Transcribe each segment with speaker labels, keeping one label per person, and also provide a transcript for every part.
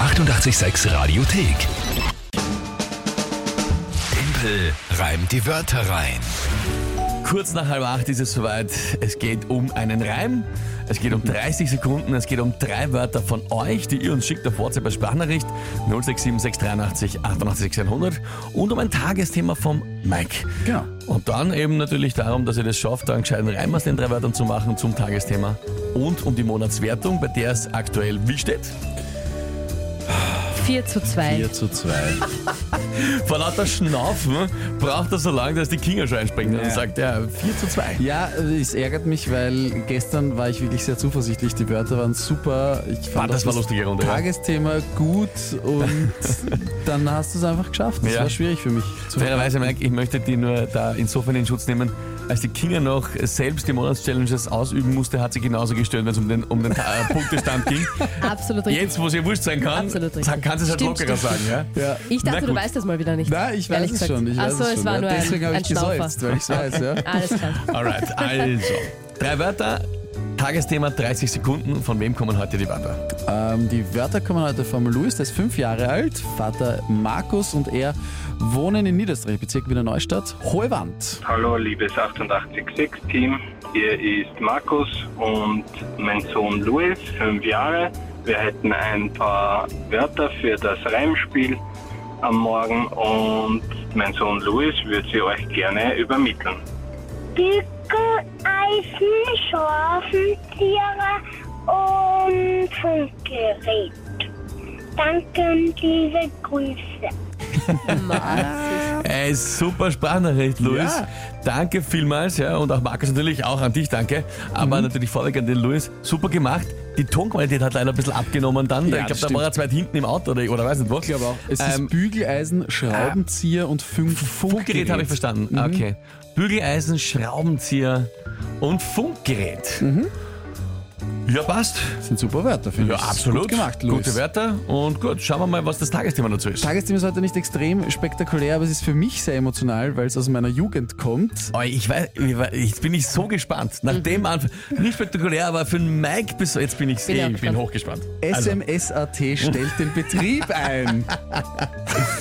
Speaker 1: 886 Radiothek. Tempel reimt die Wörter rein.
Speaker 2: Kurz nach halb acht ist es soweit. Es geht um einen Reim. Es geht um
Speaker 3: Mhm.
Speaker 2: 30 Sekunden. Es geht um drei Wörter von euch, die ihr uns schickt auf WhatsApp als Sprachnachricht 067 683 88 600 und um ein Tagesthema vom Mike.
Speaker 3: Genau.
Speaker 2: Und dann eben natürlich darum, dass ihr das schafft, einen gescheiten Reim aus den drei Wörtern zu machen zum Tagesthema und um die Monatswertung, bei der es aktuell wie steht?
Speaker 4: 4 zu 2.
Speaker 3: 4 zu 2.
Speaker 2: Vor lauter Schnaufen braucht er so lange, dass die Kinga schon einspringt und
Speaker 3: Ja.
Speaker 2: sagt, ja, 4 zu 2.
Speaker 3: Ja, es ärgert mich, weil gestern war ich wirklich sehr zuversichtlich. Die Wörter waren super. Ich fand
Speaker 2: Ah, das war lustige Runde, ja.
Speaker 3: Tagesthema gut und dann hast du es einfach geschafft. Das
Speaker 2: Ja.
Speaker 3: war schwierig für mich. Zu
Speaker 2: Fairerweise, Mike, ich möchte die nur da insofern in Schutz nehmen, als die Kinga noch selbst die Monatschallenges ausüben musste, hat sie genauso gestört, wenn es um den, um den äh, Punktestand ging.
Speaker 4: Absolut richtig.
Speaker 2: Jetzt, wo sie wurscht sein kann,
Speaker 4: Absolut richtig.
Speaker 2: kann kann sie es halt
Speaker 4: Stimmt,
Speaker 2: lockerer
Speaker 4: stimmt.
Speaker 2: sagen. Ja?
Speaker 3: ja.
Speaker 4: Ich
Speaker 2: Na
Speaker 4: dachte, du
Speaker 2: gut.
Speaker 4: weißt das mal wieder nicht.
Speaker 3: Na, ich
Speaker 4: Ehrlich
Speaker 3: weiß es
Speaker 4: gesagt.
Speaker 3: schon. Ich weiß
Speaker 4: Ach so, es
Speaker 3: schon.
Speaker 4: war
Speaker 3: ja.
Speaker 4: nur ein,
Speaker 3: Deswegen habe
Speaker 4: ein
Speaker 3: ich
Speaker 4: Schnaufer.
Speaker 3: gesäuzt, weil ich weiß, ja.
Speaker 4: Alles klar.
Speaker 2: Alright, also. Drei Wörter, Tagesthema, 30 Sekunden. Von wem kommen heute die Wörter?
Speaker 3: Ähm, die Wörter kommen heute von Louis, der ist fünf Jahre alt, Vater Markus und er wohnen in Niederösterreich, Bezirk Wiener Neustadt, Hohe Wand.
Speaker 5: Hallo, liebes 886-Team. Hier ist Markus und mein Sohn Louis, fünf Jahre. Wir hätten ein paar Wörter für das Reimspiel am Morgen und mein Sohn Louis würde sie euch gerne übermitteln.
Speaker 6: Dicke Eisen, Schorfentiere und Funkgerät. Danke und liebe Grüße.
Speaker 2: Ey, super Sprachnachricht, Luis.
Speaker 3: Ja.
Speaker 2: Danke vielmals, ja. Und auch Markus natürlich, auch an dich, danke. Aber
Speaker 3: Mhm.
Speaker 2: natürlich vorweg an den Luis. Super gemacht. Die Tonqualität hat leider ein bisschen abgenommen dann.
Speaker 3: Ja,
Speaker 2: ich
Speaker 3: das
Speaker 2: glaube, da war er
Speaker 3: stimmt.
Speaker 2: zu weit hinten im Auto oder, oder weiß nicht wo. Ich glaube auch.
Speaker 3: Es
Speaker 2: ähm,
Speaker 3: ist Bügeleisen, Schraubenzieher und fünf Funkgerät. Mhm.
Speaker 2: Funkgerät habe ich verstanden. Okay. Bügeleisen, Schraubenzieher und Funkgerät.
Speaker 3: Mhm.
Speaker 2: Ja, passt.
Speaker 3: Das sind super Wörter, finde
Speaker 2: Ja,
Speaker 3: ich.
Speaker 2: absolut.
Speaker 3: Gut gemacht, Louis.
Speaker 2: Gute Wörter. Und gut, schauen wir mal, was das Tagesthema dazu ist.
Speaker 3: Tagesthema ist heute nicht extrem spektakulär, aber es ist für mich sehr emotional, weil es aus meiner Jugend kommt.
Speaker 2: Oh, ich weiß, ich weiß- jetzt bin ich so gespannt.
Speaker 4: Mhm.
Speaker 2: Nach dem Anfang, nicht spektakulär, aber für den Mike bis jetzt bin ich,
Speaker 4: Bin
Speaker 2: eh,
Speaker 4: auch
Speaker 2: ich bin
Speaker 4: gespannt.
Speaker 2: hochgespannt. Also,
Speaker 3: SMSAT stellt den Betrieb ein.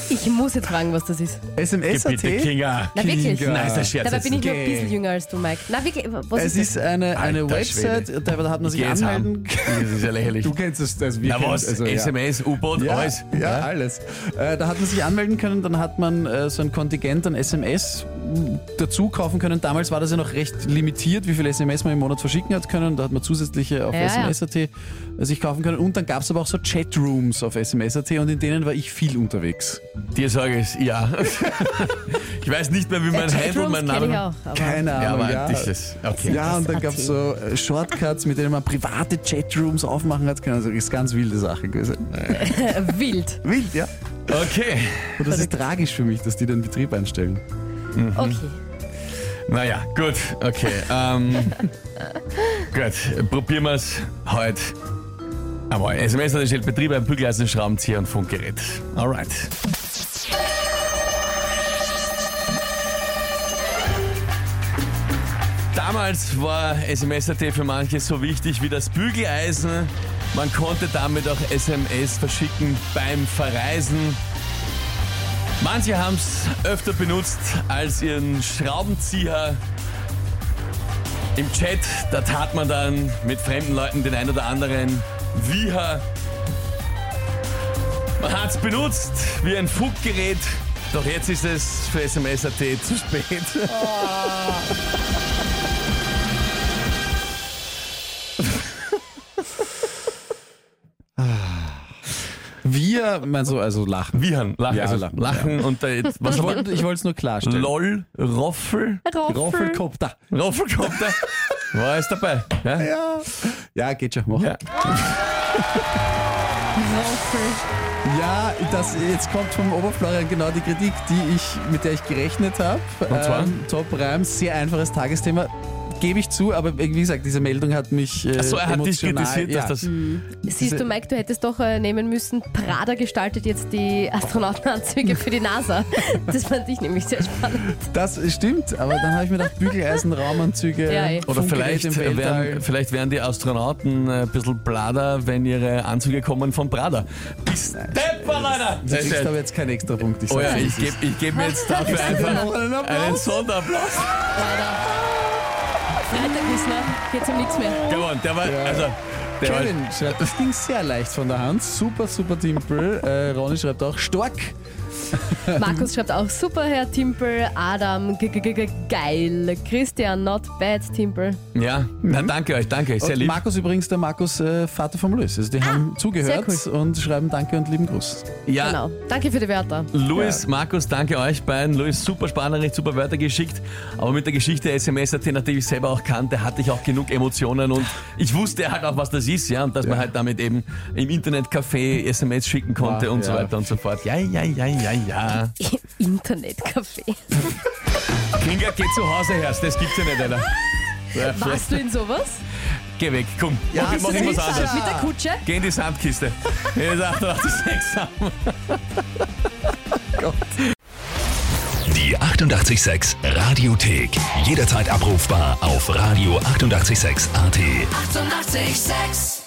Speaker 4: Ich muss jetzt fragen, was das ist.
Speaker 3: SMSAT?
Speaker 2: bitte, Kinga.
Speaker 4: Na wirklich?
Speaker 3: Kinga.
Speaker 2: Nein, ist ein Scherz.
Speaker 4: Dabei bin
Speaker 2: jetzt.
Speaker 4: ich nur ein
Speaker 3: Okay.
Speaker 4: bisschen jünger als du, Mike. Na wirklich, was
Speaker 3: Es
Speaker 4: ist
Speaker 3: ist eine, eine
Speaker 2: Alter
Speaker 3: Website,
Speaker 2: Schwede.
Speaker 3: da hat man sich
Speaker 2: Geh jetzt
Speaker 3: anmelden.
Speaker 2: heim. Das ist ja lächerlich.
Speaker 3: Du kennst es, also wir
Speaker 2: Na
Speaker 3: kennen
Speaker 2: was,
Speaker 3: es, also, ja.
Speaker 2: SMS, U-Boot,
Speaker 3: Ja,
Speaker 2: alles.
Speaker 3: ja, alles. Äh, da hat man sich anmelden können, dann hat man äh, so ein Kontingent an SMS mm, dazu kaufen können. Damals war das ja noch recht limitiert, wie viele SMS man im Monat verschicken hat können. Da hat man zusätzliche auf
Speaker 4: Ja, ja.
Speaker 3: SMS.at äh, sich kaufen können. Und dann gab es aber auch so Chatrooms auf SMS.at und in denen war ich viel unterwegs.
Speaker 2: Dir sage ich, ja. ich weiß nicht mehr, wie mein
Speaker 4: das?
Speaker 2: Handle und mein Name.
Speaker 4: kenne ich auch. Oh Aber
Speaker 3: Keine
Speaker 2: Ja,
Speaker 3: Ahnung.
Speaker 2: aber
Speaker 3: Ja,
Speaker 2: das ist, okay.
Speaker 3: ja und dann
Speaker 4: SMSAT.
Speaker 3: gab es so äh, Shortcuts, mit denen man private Chatrooms aufmachen hat können. Also ist ganz wilde Sache gewesen.
Speaker 4: wild.
Speaker 3: Wild, ja.
Speaker 2: Okay.
Speaker 3: Und das ist tragisch für mich, dass die den Betrieb einstellen.
Speaker 4: Okay.
Speaker 2: Naja, gut, okay. Ähm, gut, probieren wir es heute einmal. SMS hat stellt Betrieb, ein Bügeleisen, Schraubenzieher und Funkgerät. Alright. Damals war SMS.at für manche so wichtig wie das Bügeleisen. Man konnte damit auch SMS verschicken beim Verreisen. Manche haben es öfter benutzt als ihren Schraubenzieher. Im Chat, da tat man dann mit fremden Leuten den ein oder anderen Wieher. Man hat es benutzt wie ein Funkgerät, doch jetzt ist es für SMS.at zu spät.
Speaker 3: Wir, mein so, also lachen.
Speaker 2: Wiehern, lachen,
Speaker 3: Ja,
Speaker 2: also
Speaker 3: lachen.
Speaker 2: lachen, und äh, was
Speaker 3: Ich
Speaker 2: war
Speaker 3: wollte es nur klarstellen.
Speaker 2: LOL, Roffel,
Speaker 4: Roffel.
Speaker 3: Roffelkopter.
Speaker 2: Roffelkopter, war es dabei? Ja?
Speaker 3: Ja. ja, geht schon. Mach.
Speaker 2: Ja.
Speaker 3: Ja. das jetzt kommt vom Oberflorian genau die Kritik, die ich, mit der ich gerechnet Ähm, habe.
Speaker 2: zwar?
Speaker 3: Top Reim, sehr einfaches Tagesthema. gebe ich zu, aber wie gesagt, diese Meldung hat mich. Äh,
Speaker 2: Ach so, er hat dich
Speaker 3: emotional-
Speaker 2: kritisiert,
Speaker 3: ja.
Speaker 2: dass das.
Speaker 4: Siehst du, Mike, du hättest doch äh, nehmen müssen, Prada gestaltet jetzt die Astronautenanzüge für die NASA. Das fand ich nämlich sehr spannend.
Speaker 3: Das stimmt, aber dann habe ich mir gedacht, Bügeleisen, Raumanzüge
Speaker 4: Ja, eh.
Speaker 2: Oder
Speaker 3: Funkgerät
Speaker 2: vielleicht
Speaker 3: im Weltall.
Speaker 2: werden, vielleicht werden die Astronauten äh, ein bisschen Prada, wenn ihre Anzüge kommen von Prada. Bist Depper, Leute!
Speaker 3: Du kriegst aber jetzt keinen extra Punkt. Ich
Speaker 2: Oh ja,
Speaker 3: sag's
Speaker 2: ich
Speaker 3: dir, das ist- Oh,
Speaker 2: gebe ich geb mir jetzt dafür einfach
Speaker 3: Noch einen Applaus.
Speaker 2: einen Sonderapplaus.
Speaker 4: Freitag ist noch, geht's um nichts mehr.
Speaker 2: Gewonnen, der war, also, der war,
Speaker 3: Kevin schreibt, das ging sehr leicht von der Hand. Super, super Timpel. Äh, Ronny schreibt auch, stark.
Speaker 4: Markus schreibt auch, super, Herr Timpel. Adam, g -g -g -g geil. Christian, not bad, Timpel.
Speaker 2: ja, na, danke euch, danke euch, sehr
Speaker 3: Und
Speaker 2: lieb.
Speaker 3: Markus übrigens, der Markus äh, Vater vom Luis. Also die haben zugehört
Speaker 4: sehr
Speaker 3: und schreiben Danke und lieben Gruß.
Speaker 2: Ja,
Speaker 4: Genau. Danke für die Wörter.
Speaker 2: Luis, Markus, danke euch beiden. Luis, super spannend, super Wörter geschickt. Aber mit der Geschichte der SMS, hat, nachdem ich selber auch kannte, hatte ich auch genug Emotionen und ich wusste halt auch, was das ist, ja, und dass man halt damit eben im Internetcafé SMS schicken konnte
Speaker 3: Ah,
Speaker 2: und so
Speaker 3: ja.
Speaker 2: weiter und so fort. Ja, ja, ja, ja, ja.
Speaker 4: Internetcafé.
Speaker 2: Kinga, geh zu Hause her, das gibt's ja nicht, Alter. Ja,
Speaker 4: Warst du in sowas?
Speaker 2: Geh weg, komm.
Speaker 3: Ja,
Speaker 2: okay,
Speaker 3: bist
Speaker 2: mach
Speaker 3: du
Speaker 2: ich was
Speaker 3: sicher?
Speaker 2: anderes.
Speaker 4: Mit der Kutsche?
Speaker 2: Geh in die Sandkiste. Jetzt 886 haben.
Speaker 1: Die 886 Radiothek. Jederzeit abrufbar auf radio886.at. 886! 886.
Speaker 7: 886